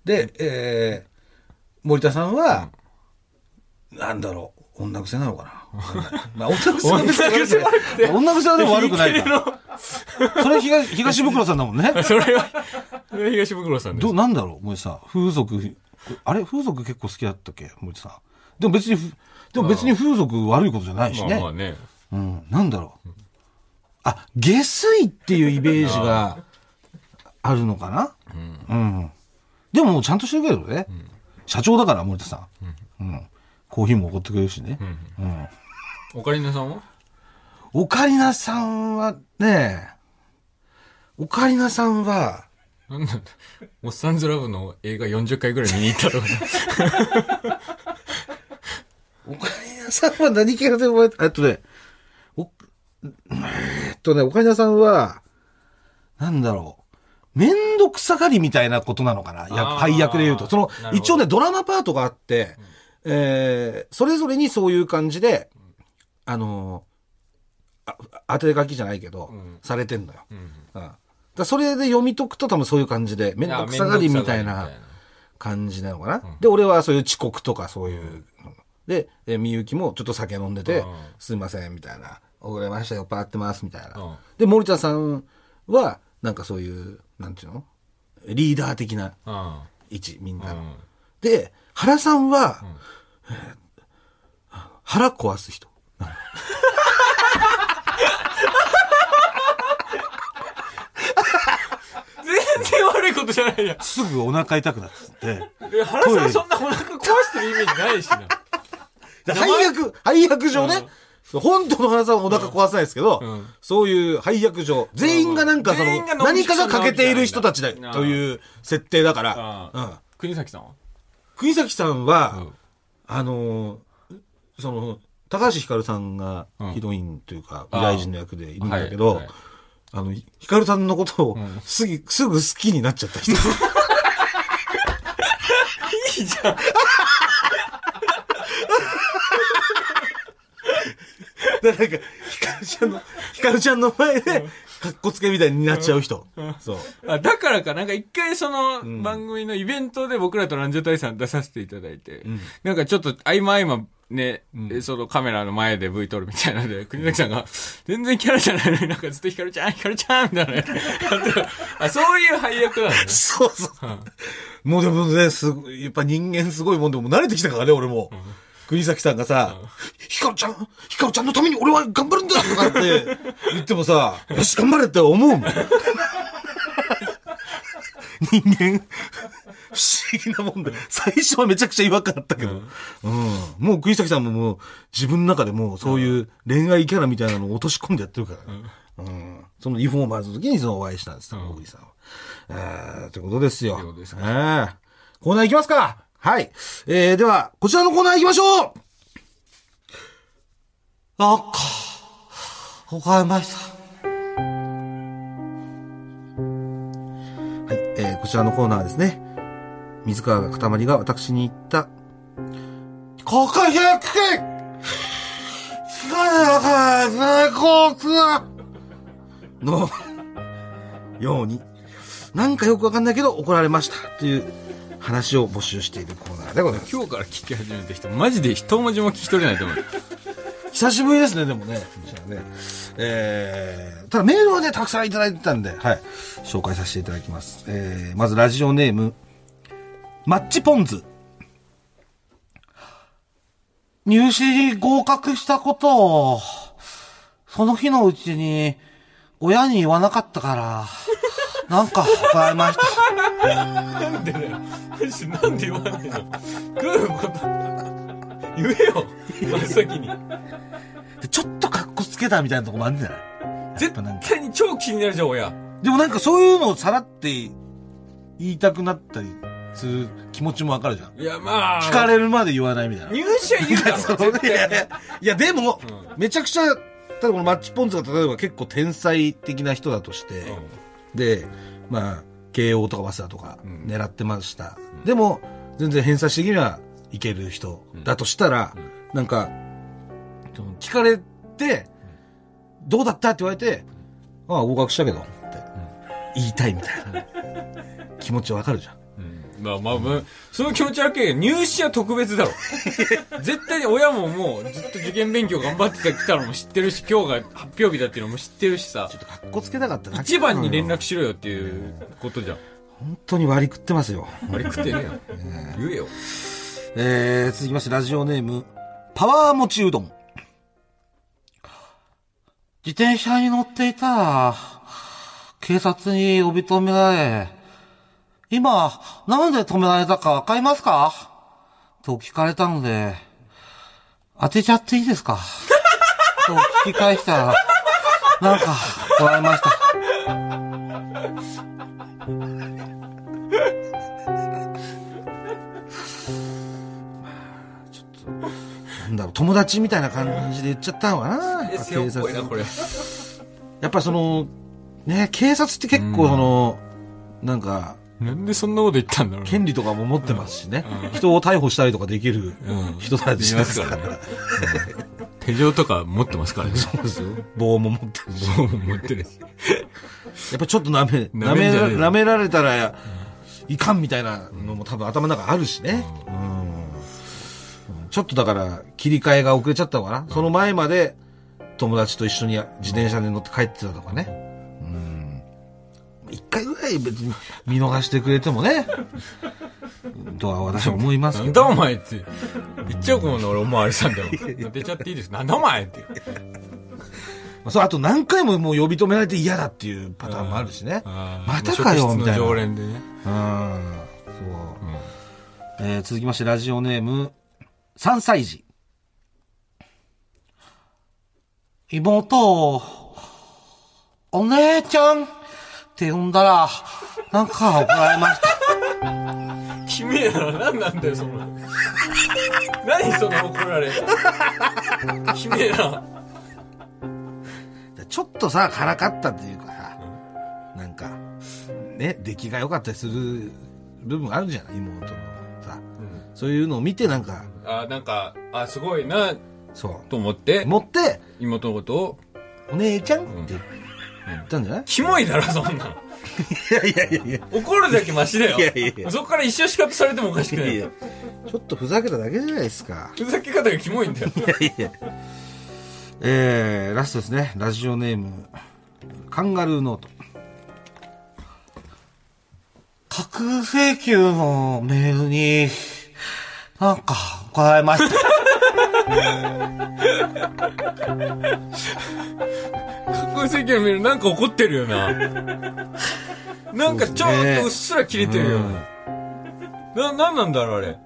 で、えー森田さんは、なんだろう、女癖なの かな。まあ、女癖は別に悪くない女癖はでも悪くないから。それ東 東袋さんだもんね。
それは、それは東袋さんです
ど、。なんだろう、森田さん。風俗、あれ風俗結構好きだったっけ森田さん。でも別にふ、でも別に風俗悪いことじゃないし
まあまあ
ね。
ね。
うん、なんだろう。あ、下水っていうイメージがあるのかなうん。でももうちゃんとしてるけどね。社長だから、森田さん。うん。コーヒーもおごってくれるしね。うん。
オカリナさんは
オカリナさんはね、オカリナさんは、
なんだおっさんずラブの映画40回ぐらい見に行ったと か。
オカリナさんは何系かで覚えた、えっとね、お、えっとね、オカリナさんは、なんだろう。めんどくさがりみたいなことなのかな役
あー
配役で言うと。その
なるほ、ど
一応ね、ドラマパートがあって、えーそれぞれにそういう感じで、あのーあ、当て書きじゃないけど、
ん
されてんのよ。
うん
うん。だからそれで読み解くと多分そういう感じで、めんどくさがりみたいな。感じなのかな、で、俺はそういう遅刻とかそういう、で、えみゆきもちょっと酒飲んでて、
うん
すいません、みたいな。遅れました、酔っ払ってます、みたいな。
うん
で、森田さんは、なんかそういう、なんていうのリーダー的な
うん。
位置、みん
う
なの。
ん。
で、原さんは、えー腹壊す人。
全然悪いことじゃないじゃん。
すぐお腹痛くなっちゃって。
え原さんそんなお腹壊してるイメージないしな。
配役、配役上ね。本当の原さんはお腹壊さないですけど、
うん
そういう配役上、全員がなんかそ
全員
の
が、脳
何
みそ
か
の
が欠けている人たちだ、
みたいな
という設定だから、
う
うんん。
国崎さんは
国崎さんは、
うん
あのー、その、高橋ひかるさんがヒロインというか、
うん
未来人の役でいるんだけ
は
ど、
いはい
あの、ひかるさんのことをすぐ、すぐ好きになっちゃった人。
いいじゃん。
だから なんか、ひかるちゃんの、ひかるちゃんの前で、かっこつけみたいになっちゃう人。そう。
あだからか、なんか一回その番組のイベントで僕らとランジャタイさん出させていただいて、なんかちょっと合間合間ね、えそのカメラの前で V 撮るみたいなので、国崎さんが、全然キャラじゃないのになんかずっとヒカルちゃん、ヒカルちゃんみたいなのやってるあ、そういう配役なんだね。
そうそう。もうでもね、すごい、やっぱ人間すごいもんでもう慣れてきたからね、俺も。国崎さんがさ、ヒカルちゃん、ヒカルちゃんのために俺は頑張るんだとかって言ってもさ、よし、頑張れって思うもん。 人間、不思議なもんで、最初はめちゃくちゃ違和感あったけど、うん。もう国崎さんももう、自分の中でもうそういう恋愛キャラみたいなのを落とし込んでやってるからね。うん、そのリフォーマーズの時にそのお会いしたんです、小栗さんは。えー、ということですよ。
ということです
えーコーナー行きますかはい。えー、では、こちらのコーナー行きましょう
あっか。おかえました。
はい、えーこちらのコーナーはですね。水川が塊が私に言った、
ここ100点力が最高ツアー
のように、なんかよくわかんないけど怒られましたという話を募集しているコーナーでございます。
今日から聞き始めた人、マジで一文字も聞き取れないと思う。
久しぶりですね、でもね。じゃあねえー、ただメールはね、たくさんいただいてたんで、はい、紹介させていただきます。えー、まずラジオネーム、マッチポンズ。
入試に合格したことを、その日のうちに、親に言わなかったから、なんか、怒られました。
なんでだよ。マジでなんで言わないのどういうこと言えよ。真っ先に。
ちょっと格好つけたみたいなとこもあるんじゃない
絶対に超気になるじゃん、親。
でもなんかそういうのをさらって言いたくなったりする気持ちもわかるじゃん。
いや、まあ。
聞かれるまで言わないみたいな。
入試は言う だろ。絶
いやい
対
や いやでも、めちゃくちゃ、ただこのマッチポンズが例えば結構天才的な人だとして、で、まあ、慶応とか早稲田とか狙ってました。でも、全然偏差値的にはいける人だとしたら、なんか、その聞かれて、どうだったって言われて、ああ、合格したけど、って言いたいみたいな気持ちわかるじゃん。
うんまあまあ、まあ、その気持ちはけど入試は特別 だろ。絶対に親ももうずっと受験勉強頑張ってきたのも知ってるし、今日が発表日だっていうのも知ってるしさ
ちょ、っと格好つけたかっただけ
一番に連
なのよ
絡しろよっていうことじゃん。
本当に割り食ってますよ。
あれ食ってねえよ。言えよ。
えー、続きまして、ラジオネーム、パワーもちうどん。
自転車に乗っていたら、警察に呼び止められ、今、なんで止められたかわかりますかと聞かれたので、当てちゃっていいですか と聞き返したら、なんか、怒られました。
なんだろう、友達みたいな感じで言っちゃったのかな。
え、背負っぽいな、これ。
やっぱその、ね、警察って結構その、なんか、
なんでそんなこと言ったんだろう
権利とかも持ってますしね。人を逮捕したりとかできる
うん
人たちですから。
いますからね手錠とか持ってますから ね。
そうですよ。棒も持ってるし。
そう持ってるし。
やっぱちょっと舐め、舐
舐め
め
んじゃ
ら、
ねえよ
舐められたら、いかんみたいなのも多分頭の中あるしね。うん。ちょっとだから、切り替えが遅れちゃったのかな。その前まで、友達と一緒に自転車で乗って帰ってたとかね。うん。一回ぐらい別に見逃してくれてもね。 とは私は思います
な
け
ん
ど。
だお前って。言っちゃうかもな、俺、おまわりさんでも。出ちゃっていいです。なんだお前って。
まあそう、あと何回ももう呼び止められて嫌だっていうパターンもあるしね。またかよ、みた
職質
いな。
の常連でね。
うんそう。えー続きまして、ラジオネーム、3歳児。
妹を、お姉ちゃんって呼んだら、なんか怒られました。
君めえなら何なんだよ、その。何その怒られ。君めえな。
ちょっとさ、からかったっていうかさ、なんか、ね、出来が良かったりする部分あるじゃない妹のさ、そういうのを見てなんか、
あ、なんか、あ、すごいな、
そ
と思って
う。、持って、
妹のことを、
お姉ちゃんって言ったんじゃない、
キモいだろ、そんなの。
いやいやいやい
怒るだけマシだよ。
いやいやいや
そこから一生仕方されてもおかしくな
やい
い
や。、ちょっとふざけただけじゃないですか。
ふざけ方がキモいんだよ。
いやいやえー、ラストですね。ラジオネーム、カンガルーノート。
架空請求のメールに、なんか怒られました。
こういう席を見るなんか怒ってるよな。なんかちょっとうっすら切れてるよな。な、なんなんだろう、あれ。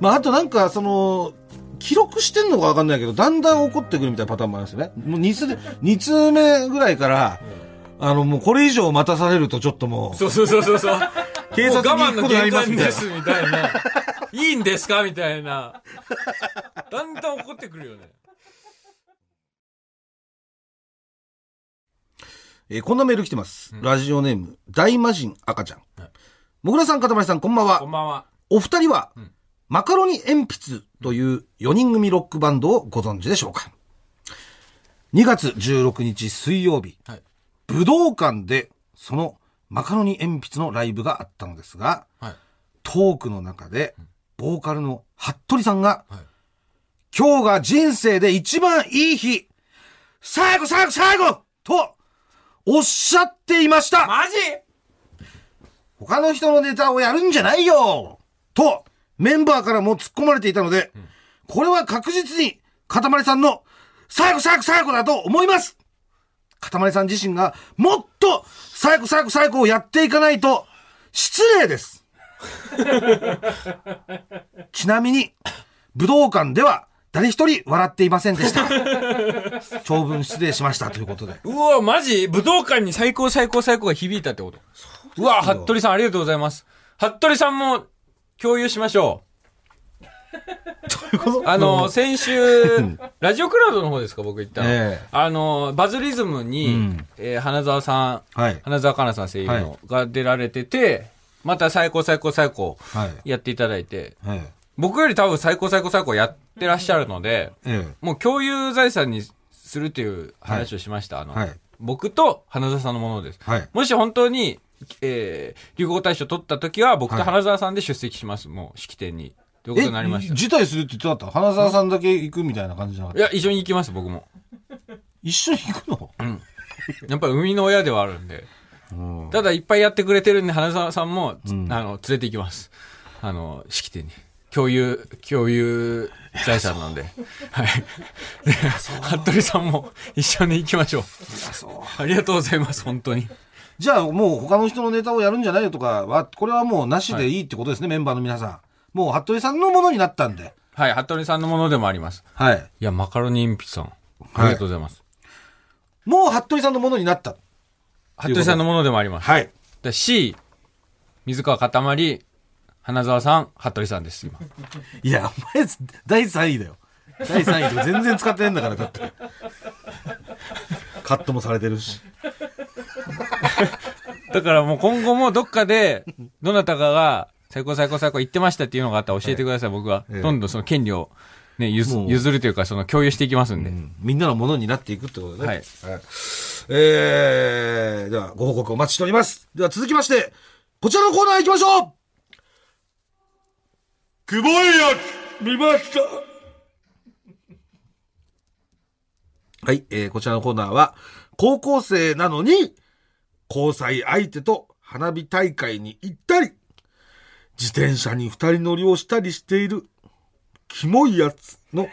まあ、あとなんか、その、記録してんのかわかんないけど、だんだん怒ってくるみたいなパターンもあるんですよね。もう2通で、二通目ぐらいから、あの、もうこれ以上待たされるとちょっともう、
そうそうそうそうそう。
警察に行くことになります
も
み
う我慢の限界
たい
で
な
すみたいな。いいんですかみたいな。だんだん怒ってくるよね。
えーこんなメール来てます。ラジオネーム、大魔人赤ちゃん。もぐらさん、かたまりさん、こんばんは
こん。ばんは。
お二人は、
ん
マカロニ鉛筆という4人組ロックバンドをご存知でしょうか ?2 月16日水曜日、
はい
武道館でそのマカロニ鉛筆のライブがあったのですが、
はい。
トークの中で、ボーカルの服部さんが、
はい
今日が人生で一番いい日最後最後最後と、おっしゃっていました
マジ
他の人のネタをやるんじゃないよと、メンバーからも突っ込まれていたので、これは確実に、かたまりさんの、最後最後最後だと思いますかたまりさん自身が、もっと、最後最後最後をやっていかないと、失礼です ちなみに、武道館では、誰一人笑っていませんでした。長文失礼しましたということで。
うわ、マジ武道館に最高最高最高が響いたってこと。うわ、服部さんありがとうございます。服部さんも共有しましょう。あの、先週、 ラジオクラウドの方ですか、僕行ったの。
ええ
あの、バズリズムに、
ん
えー花澤さん、
はい
花澤香菜さん声優の、
は
が出られてて、また最高最高最高
はい
やっていただいて、
え
僕より多分最高最高最高やってらっしゃるので、
え
もう共有財産にするという話をしました。あの、
はい
僕と花澤さんのものです。
はい
もし本当に、えー、流行大賞取った時は僕と花澤さんで出席します。もう式典に。ということになりました。
辞退するって言ってなかった花澤さんだけ行くみたいな感じじゃなかった
いや、一緒に行きます、僕も。
一緒に行くの
やっぱり生みの親ではあるんで。ただいっぱいやってくれてるんで、花澤さんも、つあの、連れて行きます。あの、式典に。共有、共有財産なんで。はい。で、服部さんも一緒に行きましょう。ありがとうございます、本当に。
じゃあもう他の人のネタをやるんじゃないよとかは、これはもうなしでいいってことですね、メンバーの皆さん。もう服部さんのものになったんで。
はい、服部さんのものでもあります。
はい。
いや、マカロニ鉛筆さん。ありがとうございます。
もう服部さんのものになった。
服部さんのものでもあります。
はい。
だ C、水川かたまり、花澤さん、服部さんです、今。
いや、お前、第3位だよ。第3位で全然使ってねえんだから、だ って。カットもされてるし。
だからもう今後もどっかで、どなたかが、最高最高最高言ってましたっていうのがあったら教えてください、僕は。
ええ
どんどんその権利を、ね、譲
もう
譲るというか、その共有していきますんで。
みんなのものになっていくってことね。
はい
えー、では、ご報告お待ちしております。では、続きまして、こちらのコーナー行きましょう
久保井役見ました
はい、えーこちらのコーナーは、高校生なのに、交際相手と花火大会に行ったり、自転車に二人乗りをしたりしている、キモいやつの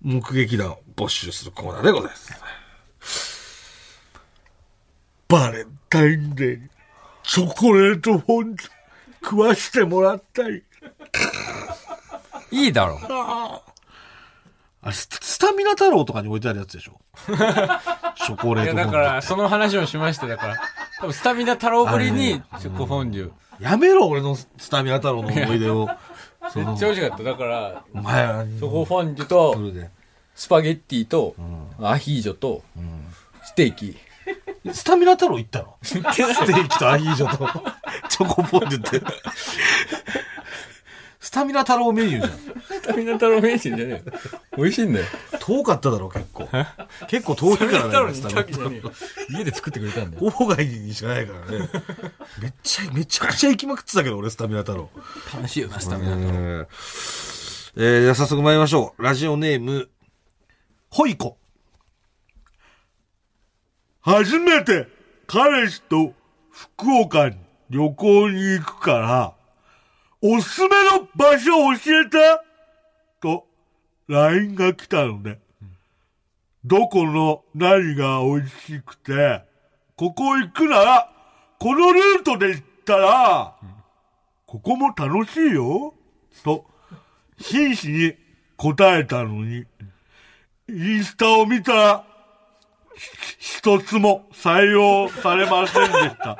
目撃談を募集するコーナーでございます。
バレンタインデーにチョコレートフォンデュ食わしてもらったり、
いいだろう。
あれ、ススタミナ太郎とかに置いてあるやつで しょチョコレ
い
ー
や、
トフォンデ
だ
ュ
から、その話をしました、だから。多分スタミナ太郎ぶりに、チョコフォンデュ。
やめろ、俺のスタミナ太郎の思い 出を。そ
め
の
っちゃ美味しかった。だから、
お前らに
チョコフォンデュと、
それで
スパゲッティと、アヒージョと、ステーキ。
スタミナ太郎行 ったのステーキとアヒージョとチョコポンデュって。スタミナ太郎メニューじ
スタミナ太郎名人じゃねえよ。美味しいんだよ。
ゃん。遠かっただろ、結構。結構遠いからね、スタミナ太郎。
家で作ってくれたんだよ。
郊外にしかないからね。めっちゃ、めちゃくちゃ行きまくってたけど、俺、スタミナ太郎。
楽しいよな、スタミナ
え
太郎。
ー、えーじゃあ早速参りましょう。ラジオネーム、ホイコ。
初めて彼氏と福岡に旅行に行くから、おすすめの場所教えてと、LINE が来たのね。どこの何が美味しくて、ここ行くなら、このルートで行ったら、ここも楽しいよと、真摯に答えたのに、インスタを見たら、ひ一つも採用されませんでした。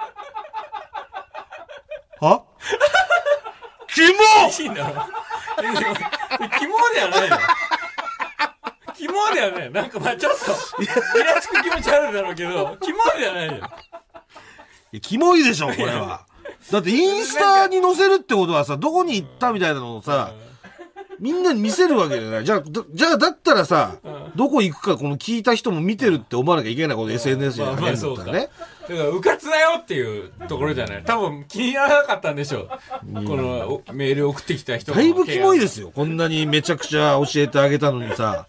はキモ
いいんだろキモではないよ。キモではないよ。なんかまあちょっと、イラつく気持ちあるだろうけど、キモではないよ。
いやキモいでしょ、これは。だってインスタに載せるってことはさ、どこに行ったみたいなのをさ、みんなに見せるわけじゃない。じゃあ、だじゃあだったらさ、どこ行くかこの聞いた人も見てるって思わなきゃいけないこの SNS じ
ま
ゃ
あ
な
ま
い
あ
んだ
そ
っ
う
た
か。
ら
だ
ね
か。ら、うかつだよっていうところじゃない。多分気にならなかったんでしょう。このおメール送ってきた人。
だいぶキモいですすよ。こんなにめちゃくちゃ教えてあげたのにさ。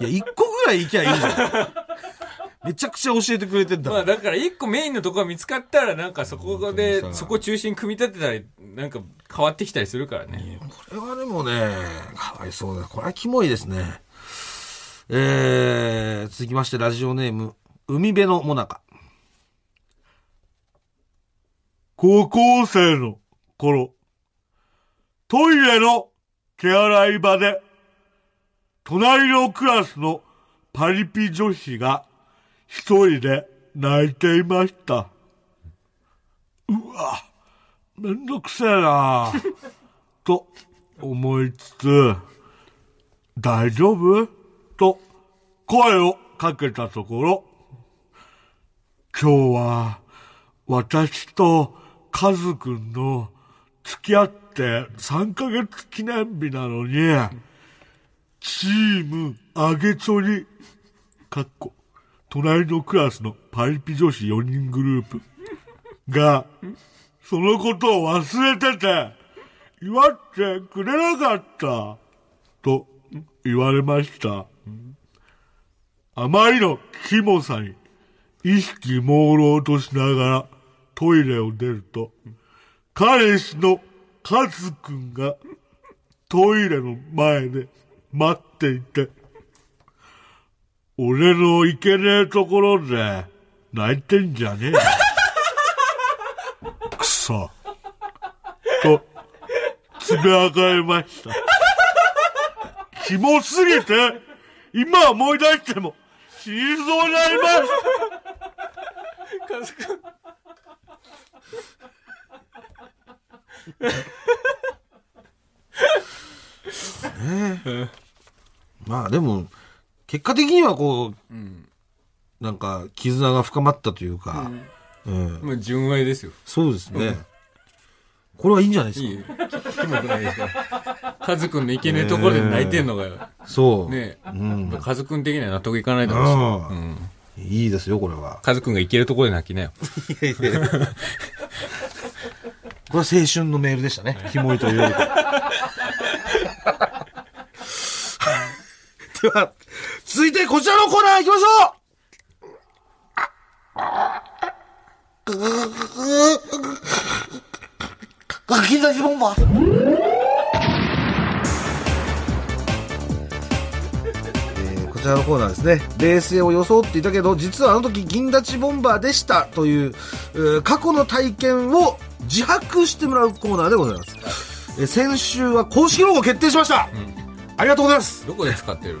いや、一個ぐらい行きゃいいじゃ ん。めちゃくちゃ教えてくれてんだ
ま
も
あ
ん。
だから一個メインのとこが見つかったらなんかそこで、そこ中心組み立てたり、なんか変わってきたりするからね。
これはでもね、かわいそうだ。これはキモいですね。えー、続きましてラジオネーム、海辺のモナカ。
高校生の頃、トイレの手洗い場で、隣のクラスのパリピ女子が一人で泣いていました。うわ、めんどくせえなあ と思いつつ、大丈夫と声をかけたところ、今日は私とカズくんの付き合って3ヶ月記念日なのに、チームあげちょり、かっこ、隣のクラスのパリピ女子4人グループが、そのことを忘れてて、祝ってくれなかった、と言われました。あまりのキモさに、意識朦朧としながらトイレを出ると、彼氏のカズくんがトイレの前で待っていて、俺のいけねえところで泣いてんじゃねえよ。くそ。と、つぶやかれました。キモすぎて、今思い出しても死にそうになります。
カズくん
まあでも、結果的にはこう、なんか絆が深まったというか、うん
もう純愛ですよ。
そうですね、これはいいんじゃないです
い
か。
いよ。キモくないですから。カズくんのいけねえところで泣いてんのがよ。
そう、
ねえ。
ん
やっぱカズくん的には納得いかないだろうし。う
う
ん
ん。いいですよ、これは。
カズくんがいけるところで泣きなよ。
これは青春のメールでしたね。キモいというよりか。では、続いてこちらのコーナー行きましょう
ガキ出しボンバー。
えーこちらのコーナーですね。冷静を装っていたけど、実はあの時銀立ちボンバーでしたという、えー過去の体験を自白してもらうコーナーでございます。えー先週は公式ロゴ決定しました、ありがとうございます
どこで使ってる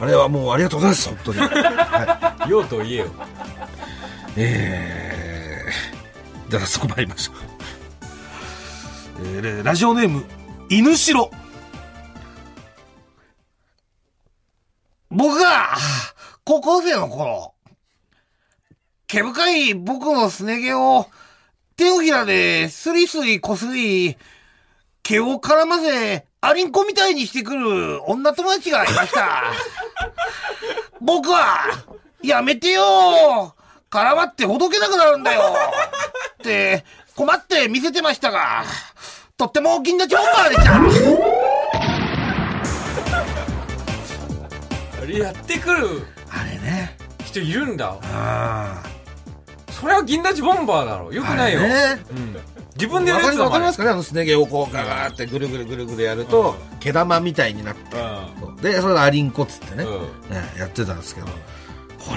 あれはもうありがとうございます、本 当に。
の用途を言えよ。
えー、だからそこ参りましょう。えーララジオネーム、犬城。
僕が、高校生の頃、毛深い僕のすね毛を、手のひらでスリスリこすり、毛を絡ませ、アリンコみたいにしてくる女友達がいました。僕は、やめてよ絡まってほどけなくなるんだよって、困って見せてましたが、とっても銀立ちボンバーでした
あれやってくる
あれね。
人いるんだ。
あ
それは銀立ちボンバーだろ。よ
あ。
くないよ。
あれね
自分でや
わ
るや
かり
つ
わ
だもん
かり
あ
ますかねあのすね毛をこうガーってぐるぐるぐるぐるやると、毛玉みたいになって。
れ
で、それがアリンコっつってね、
うん
ねやってたんですけど、こ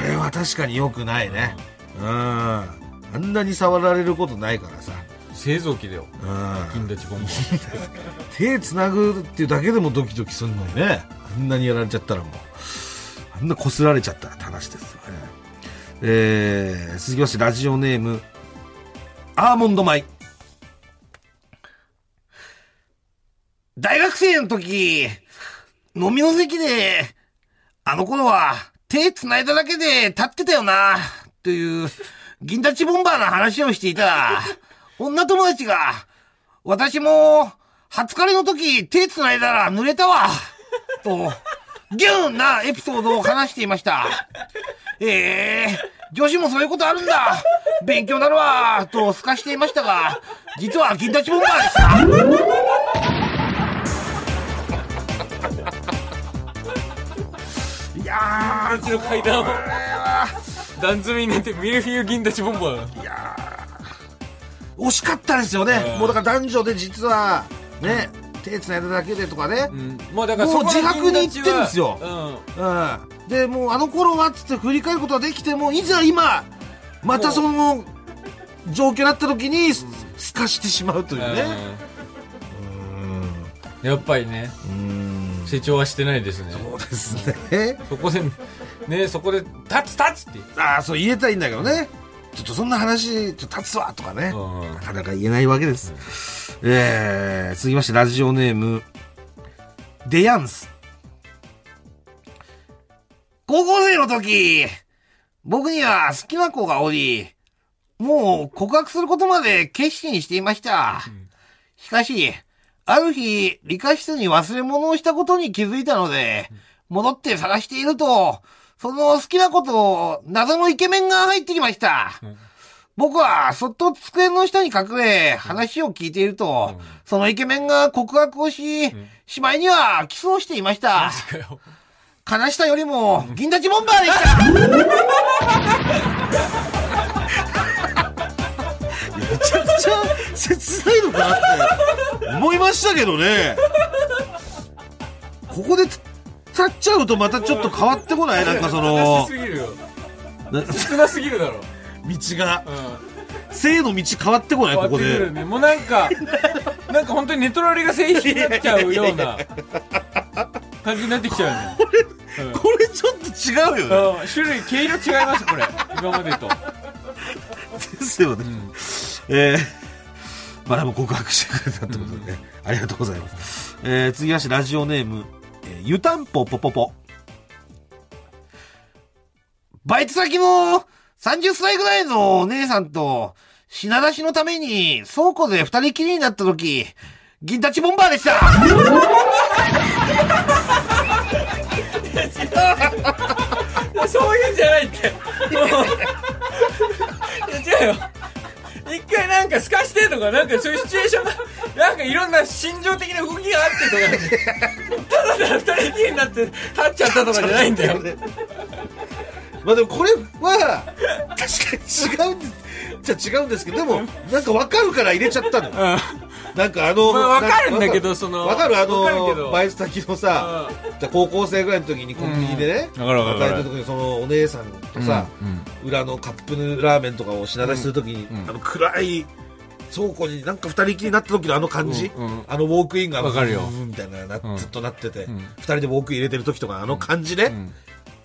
れは確かに良くないね。うん。あんなに触られることないからさ、
製造機だよ。金立ちボンボン。
手つなぐっていうだけでもドキドキするのにねあんなにやられちゃったらもうあんなこすられちゃったらって話ですよね、えー、続きましてラジオネームアーモンド米
大学生の時、飲みの席で、あの頃は手繋いだだけで立ってたよな、という、銀立ちボンバーの話をしていた。女友達が、私も、初彼の時手繋いだら濡れたわ、と、ギューンなエピソードを話していました。ええ女子もそういうことあるんだ勉強になるわと透かしていましたが、実は銀立ちボンバーでした。
いやー
の階段を。段積みになってミルフィーユ銀立ちボンボン。
惜しかったですよね、もうだから男女で実はね、手つないだだけでとかね、
うん。まあだから
もう
そこの銀立ちは
自白に行ってるんですよ
うん。
うん、でもうあの頃はっつって振り返ることはできてもいざ今またその状況になった時にすすかしてしまうというね
うんやっぱりね
うん
成長はしてないですね
そうですね
そこでねそこで「立つ立つ!」って
ああそう言えたいんだけどねちょっとそんな話ちょっと立つわとかね
うん
なかなか言えないわけです、えー、続きましてラジオネームデヤンス
高校生の時、僕には好きな子がおり、もう告白することまで決心していました。しかし、ある日、理科室に忘れ物をしたことに気づいたので、戻って探していると、その好きな子と謎のイケメンが入ってきました。僕はそっと机の下に隠れ、話を聞いていると、そのイケメンが告白をし、しまいにはキスをしていました。悲しさよりも、銀立ちボンバーでした
めちゃくちゃ切ないのかなって思いましたけどねここで立っちゃうとまたちょっと変わってこないなんかそ
悲し
の
すぎるよ
な道
少なすぎるだろ
が
うん
性の道変わってこないここ
変わってく
で
るねもうなんかなんか本当にネトラレが製品になっちゃうような感じになってきちゃうね
これちょっと違うよね
うん種類毛色違いますこれ今までと
ですよね、
ん
えーまあでも告白してくれたってことでね、ありがとうございます、えー、次はしラジオネーム、えーゆたんぽぽぽぽ
バイト先の30歳ぐらいのお姉さんと、品出しのために倉庫で二人きりになった時、銀立ちボンバーでした
そういうんじゃないって。もう。いや違うよ。一回なんか透かしてとか、なんかそういうシチュエーションが、なんかいろんな心情的な動きがあってとか、ただただ二人きりになって立っちゃったとかじゃないんだよ。
まあでもこれは確かに違うんですじゃあ違うんですけどでもなんか分かるから入れちゃったのよ
うん。
なんかあの、
まあわかるんだけど
なん
その
わかるあ
わかるけ
の
ど
バイト先のさ高校生ぐらいの時にコンビニでね
うんわかるわかるわかる
働いた時にそのお姉さんとさ、裏のカップラーメンとかを品出しする時に、あの暗い倉庫になんか二人きりになった時のあの感じ、
うんうん
あのウォークインが
わかるよ
ブーンみたいなな、
ん
ずっとなってて、二
ん
人でウォークイン入れてる時とかあの感じね、
ん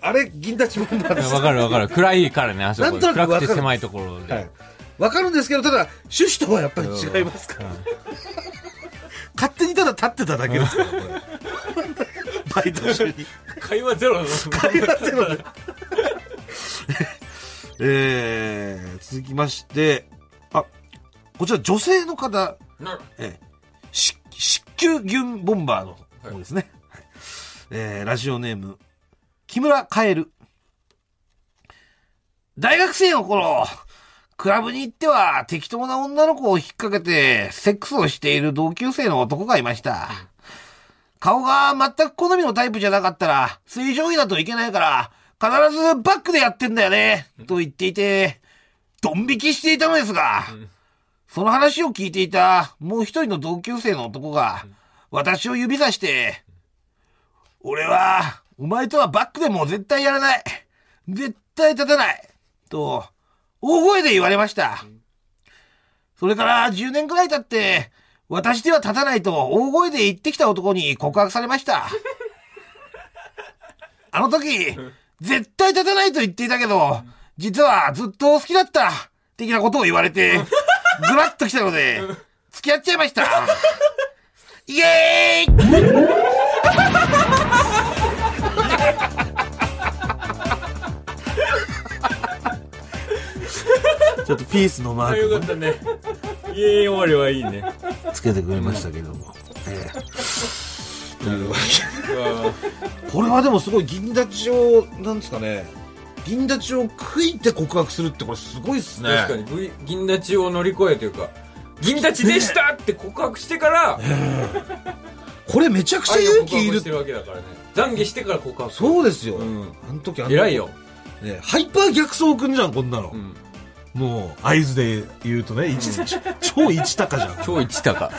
あれ銀立ちボンバーです
わかるわかる。暗いからね、あそ
こ
こ。
なんとなくわかる
暗
暗
く
くて
て
狭
狭いところで。
はい、わかるんですけどただ趣旨とはやっぱり違いますから、勝手にただ立ってただけですから これバイト中に
会話ゼロだ
会話ゼロで えー、続きましてあこちら女性の方えーし湿球ギュンボンバーの方ですね、はいえーラジオネーム木村カエル
大学生の頃、クラブに行っては適当な女の子を引っ掛けてセックスをしている同級生の男がいました。顔が全く好みのタイプじゃなかったら、正常位だといけないから、必ずバックでやってんだよね、と言っていて、ドン引きしていたのですが、その話を聞いていたもう一人の同級生の男が、私を指さして、俺は、お前とはバックでも絶対やらない。絶対立たない。と、大声で言われました。それから10年くらい経って、私では立たないと大声で言ってきた男に告白されました。あの時、絶対立たないと言っていたけど、実はずっと好きだった、的なことを言われて、ぐらっときたので、付き合っちゃいました。イエーイ
ちょっとピースのマ
あ
ー
よかったね。いえいえ終わりはいいね。
クつけてくれましたけども。これはでもすごい銀立ちを、なんですかね、銀立ちを食いて告白するってこれすごいっすね。
確かに、V- 銀立ちを乗り越えというか、銀立ちでしたって告白してから、
これめちゃくちゃ
愛を
勇
告
気い
白
る
して。るわけだからね。懺悔してから告白
そうですよ。
うん
あの時あの
偉いよ。
ね、ハイパー逆走くんじゃん、こんなの。
ん
もう、合図で言うとね、一、超一高 じゃん。
超一高。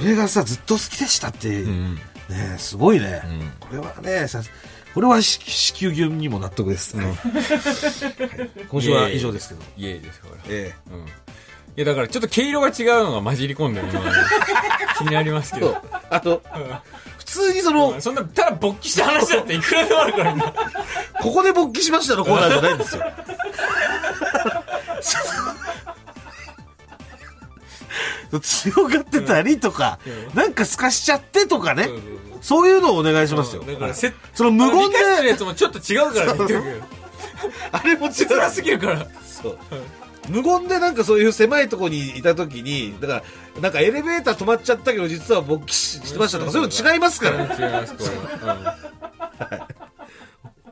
俺がさ、ずっと好きでしたって、
ん
ね、すごいね。これはね、さ、これはし子宮牛にも納得です。はい今週は以上ですけど。
イエーイですから。い
え
や、だからちょっと毛色が違うのが混じり込んでるのが ね気になりますけ
え
ど。
あと、普通にその、
そんな、ただ勃起した話だっていくらでもあるからね。
ここで勃起しましたのコーナーじゃないんですよ。 強がってたりとか、なんか透かしちゃってとかね
そうそうそう、
そういうのをお願いしますよ。
だから、せっ
その無言で
あの理解してるやつもちょっと違うからね、結局
あれも違
辛すぎるから。
そう無言でなんかそういう狭いとこにいたときに、だから、なんかエレベーター止まっちゃったけど、実は勃起ししてましたとか、そういうの違いますからね。
違います、これ は。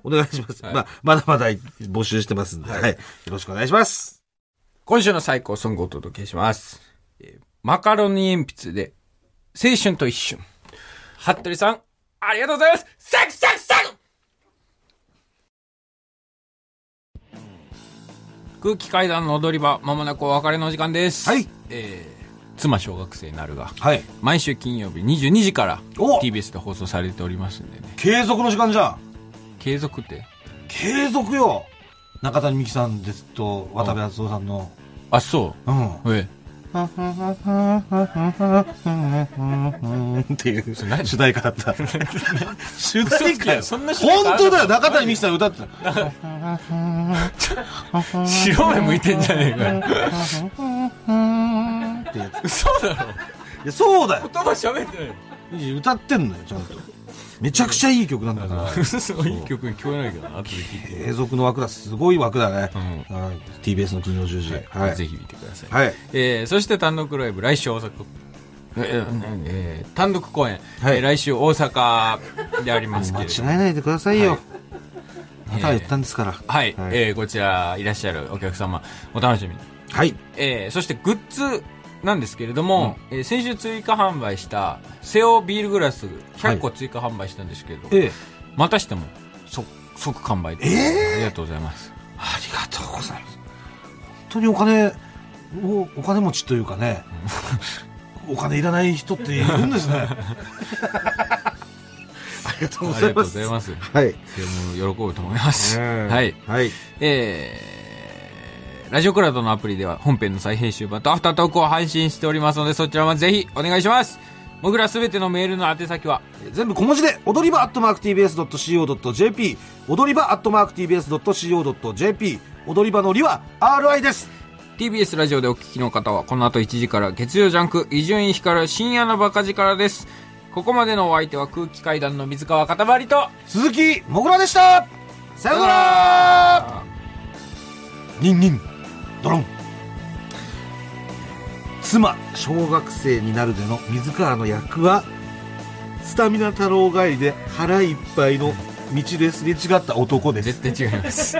お願いします。まあ、まだまだ募集してますんで、はい。よろしくお願いします。
今週の最高ソングをお届けします。えーマカロニ鉛筆で、青春と一瞬。服部さん、ありがとうございますセクセクセク空気階段の踊り場、まもなくお別れのお時間です。
はい。
えー妻小学生なるが、
はい。
毎週金曜日22時から
お
TBS で放送されておりますんでね。
継続の時間じゃん。
継続って。
継続よ中谷美紀さんですと渡部篤夫さんの
あ、そ
うん
う。ええ。
っていう
何
主題歌だった 主題歌よ
そんな主題歌あ
本
る
当だよ中谷美紀さん歌ってた
白目向いてんじゃねえかよ。嘘だろ
いやそうだよ
言葉喋ってないの
歌ってんのよちゃんとめちゃくちゃいい曲なんだ から
すごいいい曲に聞こえないけどな後で聞いて、
継続の枠だすごい枠だね、はい TBS の金曜10時はい
ぜひ見てください、
はい
えーそして単独ライブ来週大阪えーえー単独公演、
はい
えー来週大阪でありますけ
間
れ
違
ど
え
も
ないでくださいよ、あなたが言ったんですから
はい、
はい
えーこちらいらっしゃるお客様お楽しみに、
はい
えーそしてグッズなんですけれども、えー先週追加販売したセオビールグラス100個追加販売したんですけれど、
ええ
またしても即即完売で、
えー
ありがとうございます
ありがとうございます。本当にお金を、お金持ちというかね、お金いらない人っているんですね。 ありがとうご
あり
ざ
がと
い
う
ま
ご
す。
ざいます
はい。
でも喜ぶと思います。
うん
はい。
はい。
えー、ラジオクラウドのアプリでは本編の再編集版とアフタートークを配信しておりますので、そちらもぜひお願いします。僕らすべてのメールの宛先は、
全部小文字で、踊り場アットマーク TBS.CO.JP、踊り場アットマーク TBS.CO.JP、踊り場のりは RI です。
TBS ラジオでお聞きの方は、この後1時から月曜ジャンク、伊集院光る深夜のバカ力です。ここまでのお相手は空気階段の水川かたまりと、
鈴木もぐらでしたさよならニンニンドロン妻小学生になるでの水川の役はスタミナ太郎帰りで腹いっぱいの道ですれ違った男です
絶対違います。